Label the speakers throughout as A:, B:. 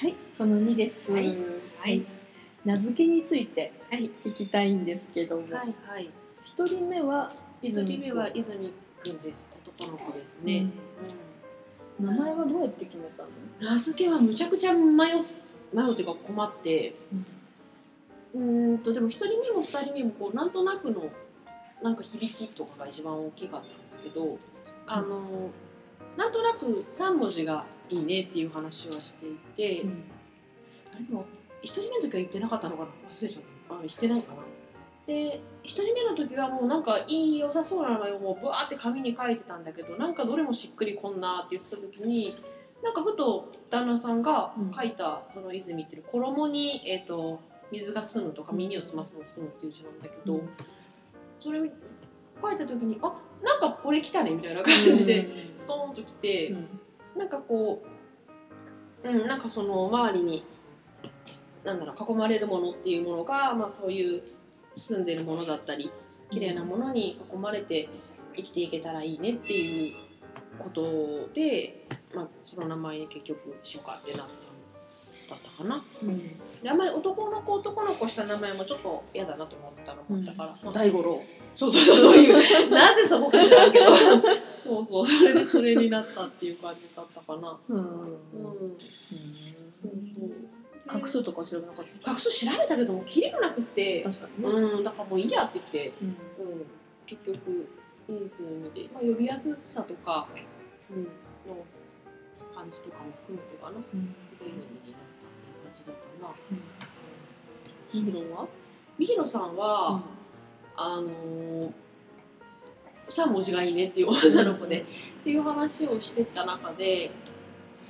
A: はい、その2です。
B: はいはい
A: 名付けについて
B: はい
A: 聞きたいんですけども、
B: はいはい。
A: 一人目は
B: 一
A: 泉
B: 人
A: 君
B: 目は泉くんです。男の子ですね。
A: 名前はどうやって決めたの？
B: うん名付けはむちゃくちゃ迷っ迷うというか困って、うーんとでも一人目も二人目もこうなんとなくのなんか響きとかが一番大きかったんだけど、あのなんとなく三文字がいいねっていう話はしていて、あれでも一人目の時は言ってなかったのかな忘れちゃったあ言ってないかなで一人目の時はもうなんかいい良さそうな名前をもうブワーって紙に書いてたんだけどなんかどれもしっくりこんなって言ってた時になんかふと旦那さんが
A: うん
B: 書いたその泉っていう衣に、えっと水が澄むとか耳を澄ますの澄むっていう字なんだけど、
A: うん
B: それ書いた時にあなんかこれ来たねみたいな感じで、ストーンと来て、
A: うん
B: なんかこう、うん、なんかその周りになんだろう囲まれるものっていうものが、まあ、そういう住んでるものだったり綺麗なものに囲まれて生きていけたらいいねっていうことで、まあ、その名前に結局しようかってなったんだったかな
A: うん
B: であんまり男の子男の子した名前もちょっと嫌だなと思ったのもあったから、まあ
A: 大五郎。
B: そうそうそうそう いうなぜそこか知らんけどそうそうそれでそれになったっていう感じだったかな。
A: うん
B: うん
A: 画数とか調べなかっ
B: 学数調べたけどもキリがなくって
A: た。、確かにね。
B: うん、だからもういいやって言って、
A: うん
B: うん、結局いい数字で、まあ、呼びやすさとか、うん、の感じとかも含めてかないい意味になったっていう感じだったな、
A: ヒーローは？
B: みひろさんは、あのー、3文字がいいねっていう女の子でっていう話をしてた中で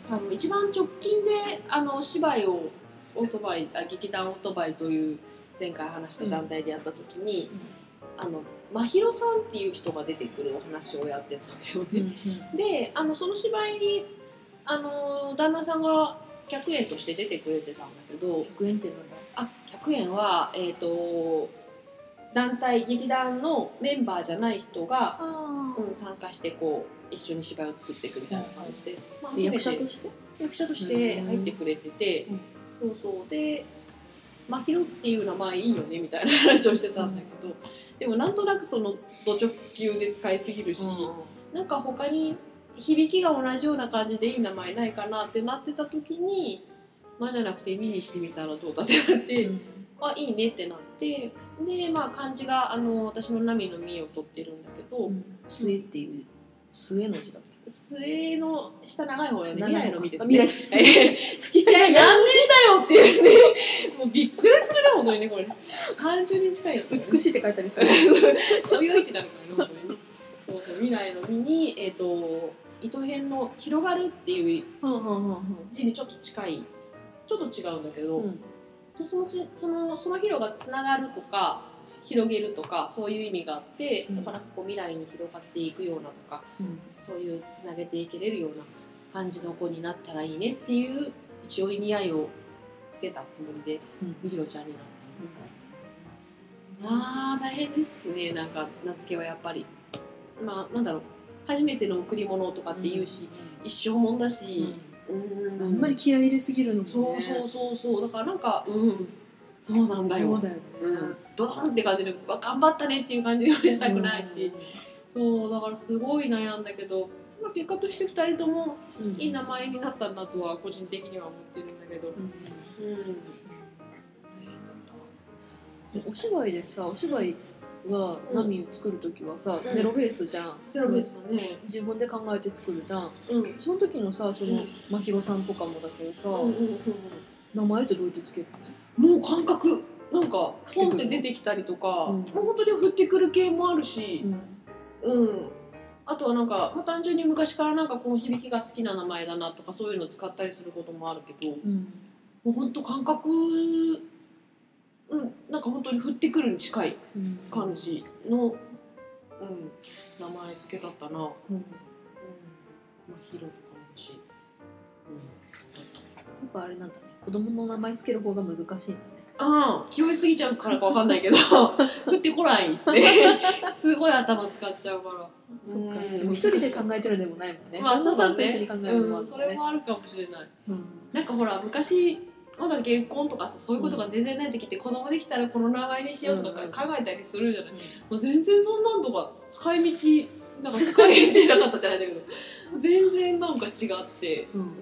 B: あの一番直近であの芝居をオートバイあ劇団オートバイという前回話した団体でやった時に、あの真宙さんっていう人が出てくるお話をやってたんだよ
A: うん
B: ね。であのその芝居にあの旦那さんが客演として出てくれてたんだけど、
A: 100円ってなんだ。
B: あ100円は、えー、と団体劇団のメンバーじゃない人が、
A: あ
B: うん、参加してこう一緒に芝居を作っていくみたいな感じで、まあ初めて
A: 役者として？
B: 役者として入ってくれてて、
A: うん
B: そうそうで「まひろ」っていう名前いいよねみたいな話をしてたんだけど、でもなんとなくそのド直球で使いすぎるし、なんか他に響きが同じような感じでいい名前ないかなってなってた時に「ま」じゃなくて「み」にしてみたらどうだってなって。あいいねってなってでまあ漢字があの私の「波の「み」を取ってるんだけど、
A: 末っていう末の字だっけ？
B: 末の下長い方やね
A: 長い
B: 未
A: 方
B: 来の「み」です
A: あ
B: ね。
A: 未来です
B: え ー付き合い何年だよっていうねもうびっくりするね本当にねこれ30年近いよ、ね、
A: 美しいって書いてありそう。
B: そういうわけなのかな、本当にね。そうそう、未来の実に、えっ、と、糸編の広がるっていう
A: うんうんうん
B: 字にちょっと近い。ちょっと違うんだけど、
A: うん。
B: そのち、その、その広がつながるとか。広げるとか、そういう意味があって、
A: うん
B: だから、こう未来に広がっていくようなとか。
A: うん。
B: そういうつなげていけれるような感じの子になったらいいねっていう。一応意味合いをつけたつもりで、
A: うん
B: みひろちゃんになっています。あー大変ですねなんか名付けはやっぱりまあなんだろう初めての贈り物とかって言うし、一生もんだし、うん
A: うんあんまり気合い入れすぎるのもね。
B: そうそうそうそうだからなんかうんそうなんだよ
A: そうだよね。
B: うん、ドドンって感じでうわ頑張ったねっていう感じがしたくないし、そうだからすごい悩んだけど、まあ、結果として2人とも
A: うん。
B: いい名前になったんだとは個人的には思ってるんだけど、うん、
A: うん
B: 大変だったわ
A: お芝居でさ、お芝居は
B: うん
A: ナミを作る時はさ、
B: うん
A: ゼロベースじゃん。
B: ゼロベースだね、
A: 自分で考えて作るじゃん。
B: うん
A: その時のさ、その
B: うん
A: まひろさんとかもだけどさ、
B: うんうんうん
A: 名前ってどうやってつけるの？
B: もう感覚なんか
A: 降ってく
B: ポ
A: る
B: ンって出てきたりとか、
A: うん
B: もう本当に降ってくる系もあるし、
A: ん。
B: うんあとはなんか、まあ、単純に昔からなんかこの響きが好きな名前だなとかそういうの使ったりすることもあるけども
A: うん。
B: う本当感覚うんなんか本当に降ってくるに近い
A: うん
B: 感。じの、うん、名前付けだったな、うんま
A: うん
B: あ、ヒロとかもし、うん、だった
A: やっぱあれなんだね子供の名前つける方が難しいんだね
B: ああ気負いすぎちゃうからかわかんないけど降ってこないっすね すごい頭使っちゃうから
A: そっか
B: うん
A: でも一人で考えてるでもないもんね
B: まあそう
A: さ
B: だ
A: んと一緒
B: ね
A: に考えるのもある
B: うん、そ
A: もん
B: れ
A: ね
B: もあるかもしれない
A: うん
B: なんかほら昔まだ結婚とかさそういうことが全然ない時って子供できたらこの名前にしようとか
A: うん
B: 考えたりするじゃない、もう全然そんなんとか使い道なんか使い道なかったってあれだけど 全然なんか違って、
A: うん
B: うん、こ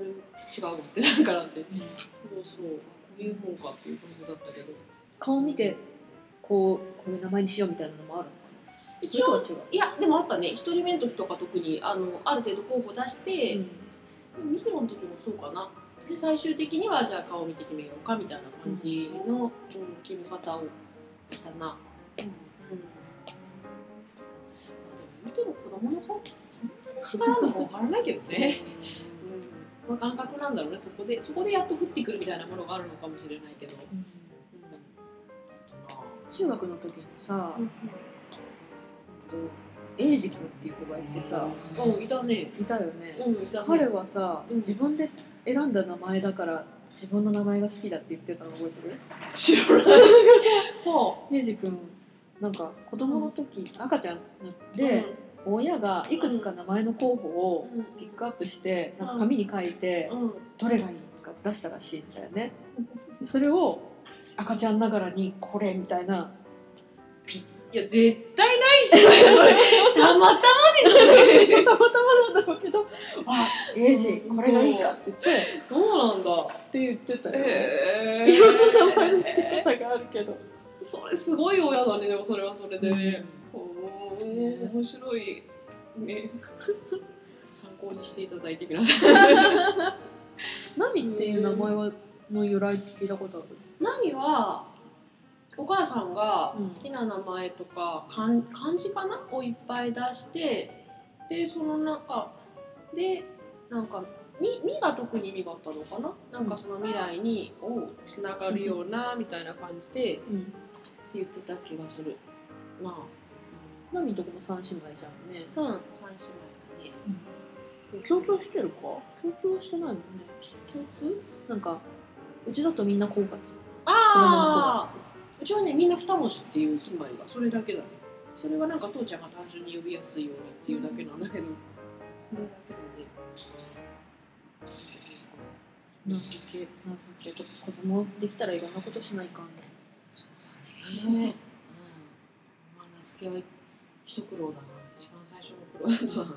B: れも違うわってなんかなってそうそうこういうもんかっていう感じだったけど
A: 顔見てこうこういう名前にしようみたいなのもあるの
B: 一
A: か
B: 応
A: なそれとはい
B: やでもあったね一人目の時とか特にあのある程度候補出して、
A: 違う、
B: ニヒロの時もそうかなで最終的にはじゃあ顔見て決めようかみたいな感じの、うん決め方をしたな、うんまあでも見ても子供の顔そんなに違うのか分からないけどね、うんまあ、感覚なんだろうねそこでそこでやっと降ってくるみたいなものがあるのかもしれないけど、
A: うん
B: うんだったな
A: 中学の時にさ、
B: うん
A: えっと英二君っていう子がいてさ、
B: うんうんいたね
A: いたよね、
B: うんいたね
A: 彼はさ、
B: うん
A: 自分で選んだ名前だから自分の名前が好きだって言ってたの覚えてる
B: 知らないは
A: 英二君なんか子供の時、赤ちゃんで、、親がいくつか名前の候補
B: う
A: を
B: んうん
A: ピックアップしてなんか紙に書いて、
B: うん
A: どれがいいとかって出したらしいんだよねそれを赤ちゃんながらにこれみたいない
B: や絶対ないっしょそれたまたまでし
A: そ
B: ょ
A: うたまたまなんだろうけど「あエイジこれがいいか」って言って
B: そうなんだ
A: って言ってたよ、
B: へ
A: いろんな名前の付け方があるけど、
B: それすごい親だねでもそれはそれでね、お
A: ね
B: ー面白いね参考にしていただいて皆さん
A: ナミっていう名前はの由来って聞いたことある
B: ナミはお母さんが好きな名前とか、漢漢字かなをいっぱい出してでその中でなんか「み」みが特に意味があったのかななんかその未来にをつながるようなみたいな感じでって
A: うん
B: 言ってた気がするまあ
A: ナミとこも三姉妹じゃんね、
B: うん三姉妹だね
A: 強調してるか強調してないもんね
B: 共通
A: なんかうちだとみんな狡猾子供の狡
B: ああ
A: 猾
B: うちはねみんな二文字っていう決まりがそれだけだねそれはなんか父ちゃんが単純に呼びやすいようにっていうだけなんだけど、それだけだね
A: 名付け名付けとか子供できたらいろんなことしないかんね
B: そうだね。うん。まあ、名付けは一苦労だな。一番最初の苦労だな。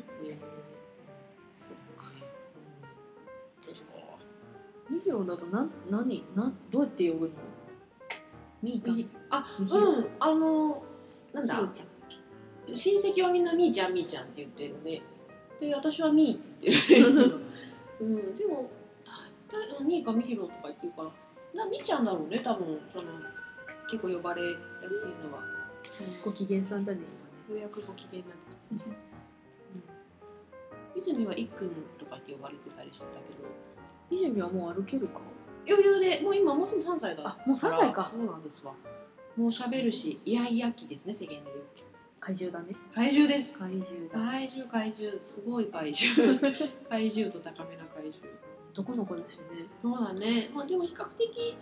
B: ね。
A: そっか2行だとな何などうやって呼ぶのみーたん
B: みあ、
A: みひろ
B: うん。あの、なん
A: ひろ
B: だ。
A: ちゃん
B: 親戚はみんなみーちゃんみーちゃんって言ってるね。で、私はみーって言ってる。うん。でも、大体、うんみーかみひろとか言ってるから、なみーちゃんだろうね、多分、その、結構呼ばれやすいのは。
A: ご機嫌さんだね
B: ようやくご機嫌になってます、うん、泉はいっくんとかって呼ばれてたりしてたけど
A: 今ねいじみはもう歩けるか
B: 余裕でもう今もうすぐ3歳だ
A: あもう3歳か
B: そうなんですわもう喋るしイヤイヤ期ですね世間で言う
A: 怪獣だね
B: 怪獣です
A: 怪獣だ
B: 怪獣怪獣すごい 怪獣怪獣と高めな怪獣
A: 男の子だしね
B: そうだねまあでも比較的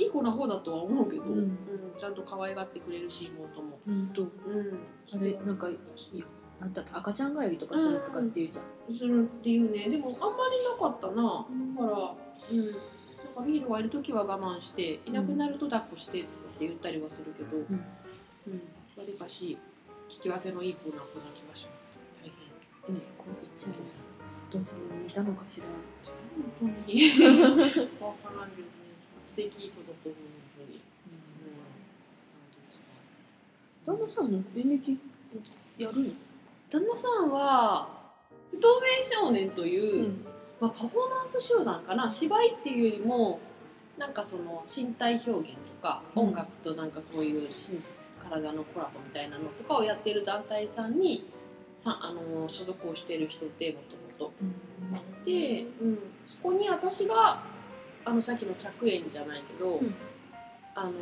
B: いい子な方だとは思うけど、
A: うん
B: うんちゃんと可愛がってくれるし妹も
A: うんと
B: うん
A: あれなんかいいなんだって赤ちゃん帰りとかするとかっていうじゃん
B: するっていうねでもあんまりなかったなだからうんなんかビールがいる時は我慢していなくなると抱っこしてって言ったりはするけどうんんわり、かし聞き分けのいい子な子な気がします大
A: ええこう言っちゃうじゃんどっちにいたのかしら
B: 変本当にわからんけどね比較的いい子だと思う本当にうんなん
A: 旦那
B: ですが
A: さんも演劇やるの
B: 旦那さんは不透明少年という、まあ、パフォーマンス集団かな芝居っていうよりもなんかその身体表現とか
A: うん
B: 音楽となんかそういう身体のコラボみたいなのとかをやってる団体さんにさ、あのー所属をしてる人でもともと。で、うん、そこに私があのさっきの客演じゃないけど、
A: うん
B: あの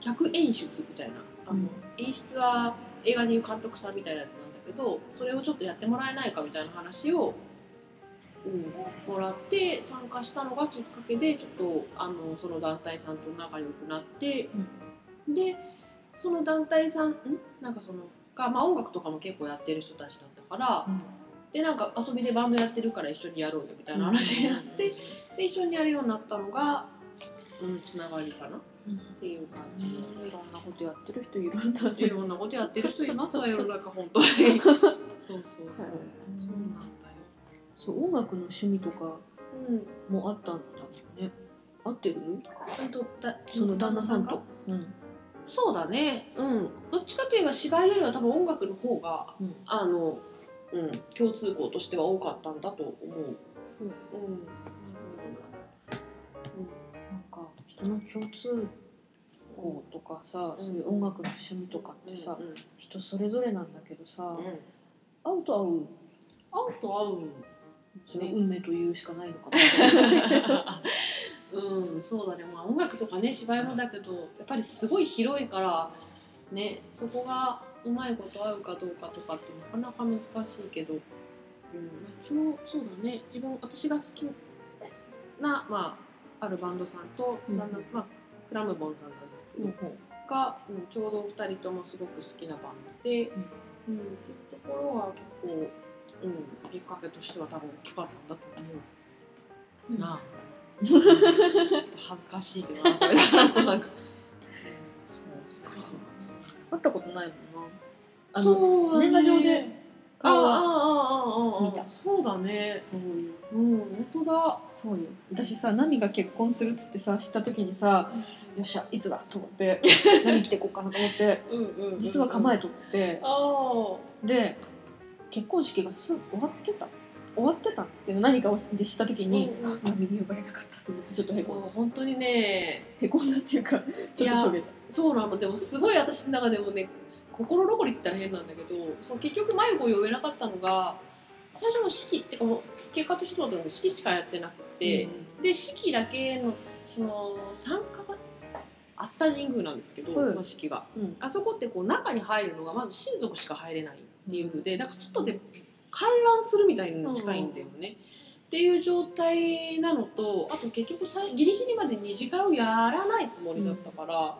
B: 客演出みたいなあの、
A: うん
B: 演出は映画でいう監督さんみたいなやつなんだけどそれをちょっとやってもらえないかみたいな話を、うん、もらって参加したのがきっかけでちょっとあのその団体さんと仲良くなって、でその団体さんんなんかそのが、まあ、音楽とかも結構やってる人たちだったからでなんか遊びでバンドやってるから一緒にやろうよみたいな話になって、で一緒にやるようになったのが、うん、つながりかなっていう感じ
A: いろんなことやってる人いるんだね
B: いろんなことやってる人いますわ世の中本当に そうそうそうそうなんだよ
A: そう音楽の趣味とか
B: うん
A: もあったんだね合ってる
B: えっとだ
A: その旦那さんとうん
B: そうだねうんどっちかといえば芝居よりは多分音楽の方が
A: うん
B: あの、うん、共通項としては多かったんだと思ううん
A: なんか人の共通項とかさ、
B: うん
A: そういう音楽の趣味とかってさ、
B: うんうん
A: 人それぞれなんだけどさ、
B: うん
A: 合うと合う
B: 合うと合う
A: それ
B: ね
A: 運命というしかないのかもしれないけ ど
B: うん、そうだね、まあ、音楽とかね芝居もだけどやっぱりすごい広いからねそこがうまいこと合うかどうかとかってなかなか難しいけど、うん、一応そうだね自分私が好きな、まあ、あるバンドさんと、
A: うん
B: 旦那まあ、クラムボンさんなんですけど、が、うん、ちょうどお二人ともすごく好きなバンドで、うんっていうところは結構、うん、きっかけとしては多分大きかったんだと思う。なあちょっと恥ずかしいけどなこれ話すと なんか
A: そうか会ったことないもんなあの
B: そうだね
A: 年賀状で
B: あああ
A: 顔は
B: ああああ
A: 見た
B: そうだね
A: そうよ
B: うん本当だ
A: そうよ私さナミが結婚するっつってさ知った時にさよっしゃいつだと思って ナミ来てこうかなと思って
B: うんうん、うん、
A: 実は構えとって
B: ああ
A: で結婚式がす終わってた終わってたっていうの何かをで知った時に
B: うんうん
A: ナミに呼ばれなかったと思ってちょっとへ
B: そ
A: こ
B: うん
A: だ
B: 本当にね
A: へこんだっていうかちょっとしょげた
B: そうなのでもすごい私の中でもね心残りって言ったら変なんだけどそう結局迷子を呼べなかったのが最初の式ってこの結果としてそうだけど式しかやってなくて、で式だけのその参加が熱田神宮なんですけど、
A: はい
B: この式が
A: うん
B: あそこってこう中に入るのがまず親族しか入れないっていうので、なんか外で観覧するみたいなのに近いんだよね、っていう状態なのとあと結局さギリギリまで二次会をやらないつもりだったから、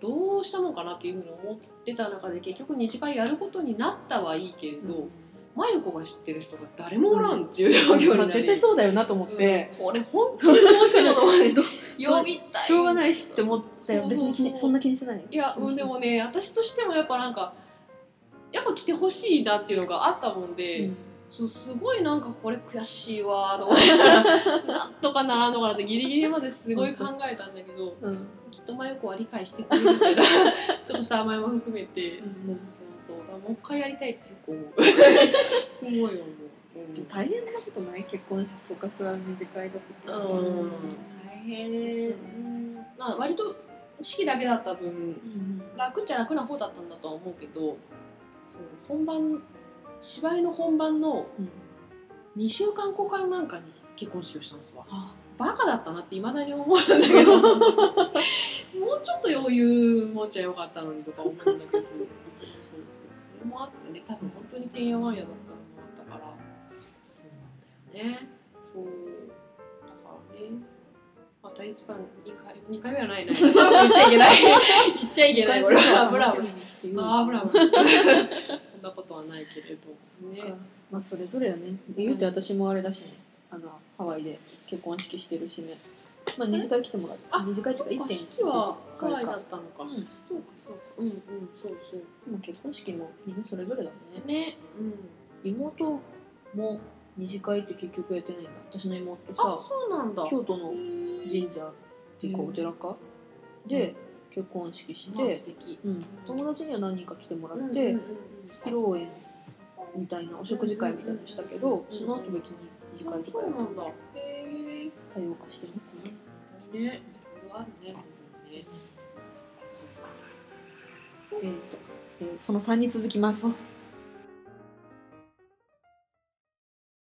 B: どうしたもんかなっていうふうに思ってた中で結局二次会やることになったはいいけれど、真由子が知ってる人が誰もおらんっていう状況になり、
A: まあ絶対そうだよなと思って、
B: うんこれ本当にどうしようと思って
A: そう
B: 呼びたい
A: しょうがないしって思ったよ
B: そう
A: 別
B: そうそう
A: に気にそんな気にしてないよ
B: いやうんでもね私としてもやっぱなんかやっぱ来てほしいなっていうのがあったもん
A: う
B: で、
A: ん
B: そうすごいなんかこれ悔しいわーと思ってなんとかならんの かなってギリギリまですごい考えたんだけど
A: うん
B: きっと真由子は理解してくれるみたいな ちょっとした甘えも含めて、
A: うん
B: そうそうそうだからもう一回やりたいってよく思 うすごい思う、うん
A: でも大変なことない結婚式とかさ二次会だとかさ
B: うん大変、まあ割と式だけだった分
A: うん
B: 楽っちゃ楽な方だったんだとは思うけどそう本番芝居の本番の
A: うん
B: 2週間後からなんかに結婚式をしたんですわ
A: あ
B: バカだったなっていまだに思うんだけどもうちょっと余裕持っちゃよかったのにとか思うんだけどそうそうそれもあってね多分本当にてんやわんやだったのもあったからそうなんだよねそうだからねまたいつか2回2回目は ないな言っちゃいけない言っちゃいけないこれはブラブラああ、ブラブラ。そんなことはないけれどですね。
A: まあそれぞれやね言うて私もあれだしねあのハワイで結婚式してるしねまあ二次会来てもらって
B: あ
A: 二次会とか
B: そ
A: 1.5
B: っか
A: 回
B: 式はハワイだ
A: か
B: ったのか。
A: うん
B: そうかそうか。うんうんそうそう。
A: 今結婚式もみんなそれぞれだもんね
B: ね。うん。
A: 妹も二次会って結局やってないんだ私の妹
B: あ
A: さ
B: そうなんだ。
A: 京都の
B: へー
A: 神社っていうか
B: うん
A: お寺か、で結婚式し
B: まあ素
A: て、
B: 敵。
A: うん、友達には何人か来てもらって、
B: うん
A: 披露宴みたいなお食事会みたいなのしたけ
B: うんうん
A: ど
B: う、ん
A: その後別に二次
B: うんうん
A: 会
B: あ
A: と
B: そ
A: か
B: うなんだ。へえ。
A: 多様化してますね。
B: ね。いろいろあるね。ね。そっかそっか
A: えーとえーその3に続きます。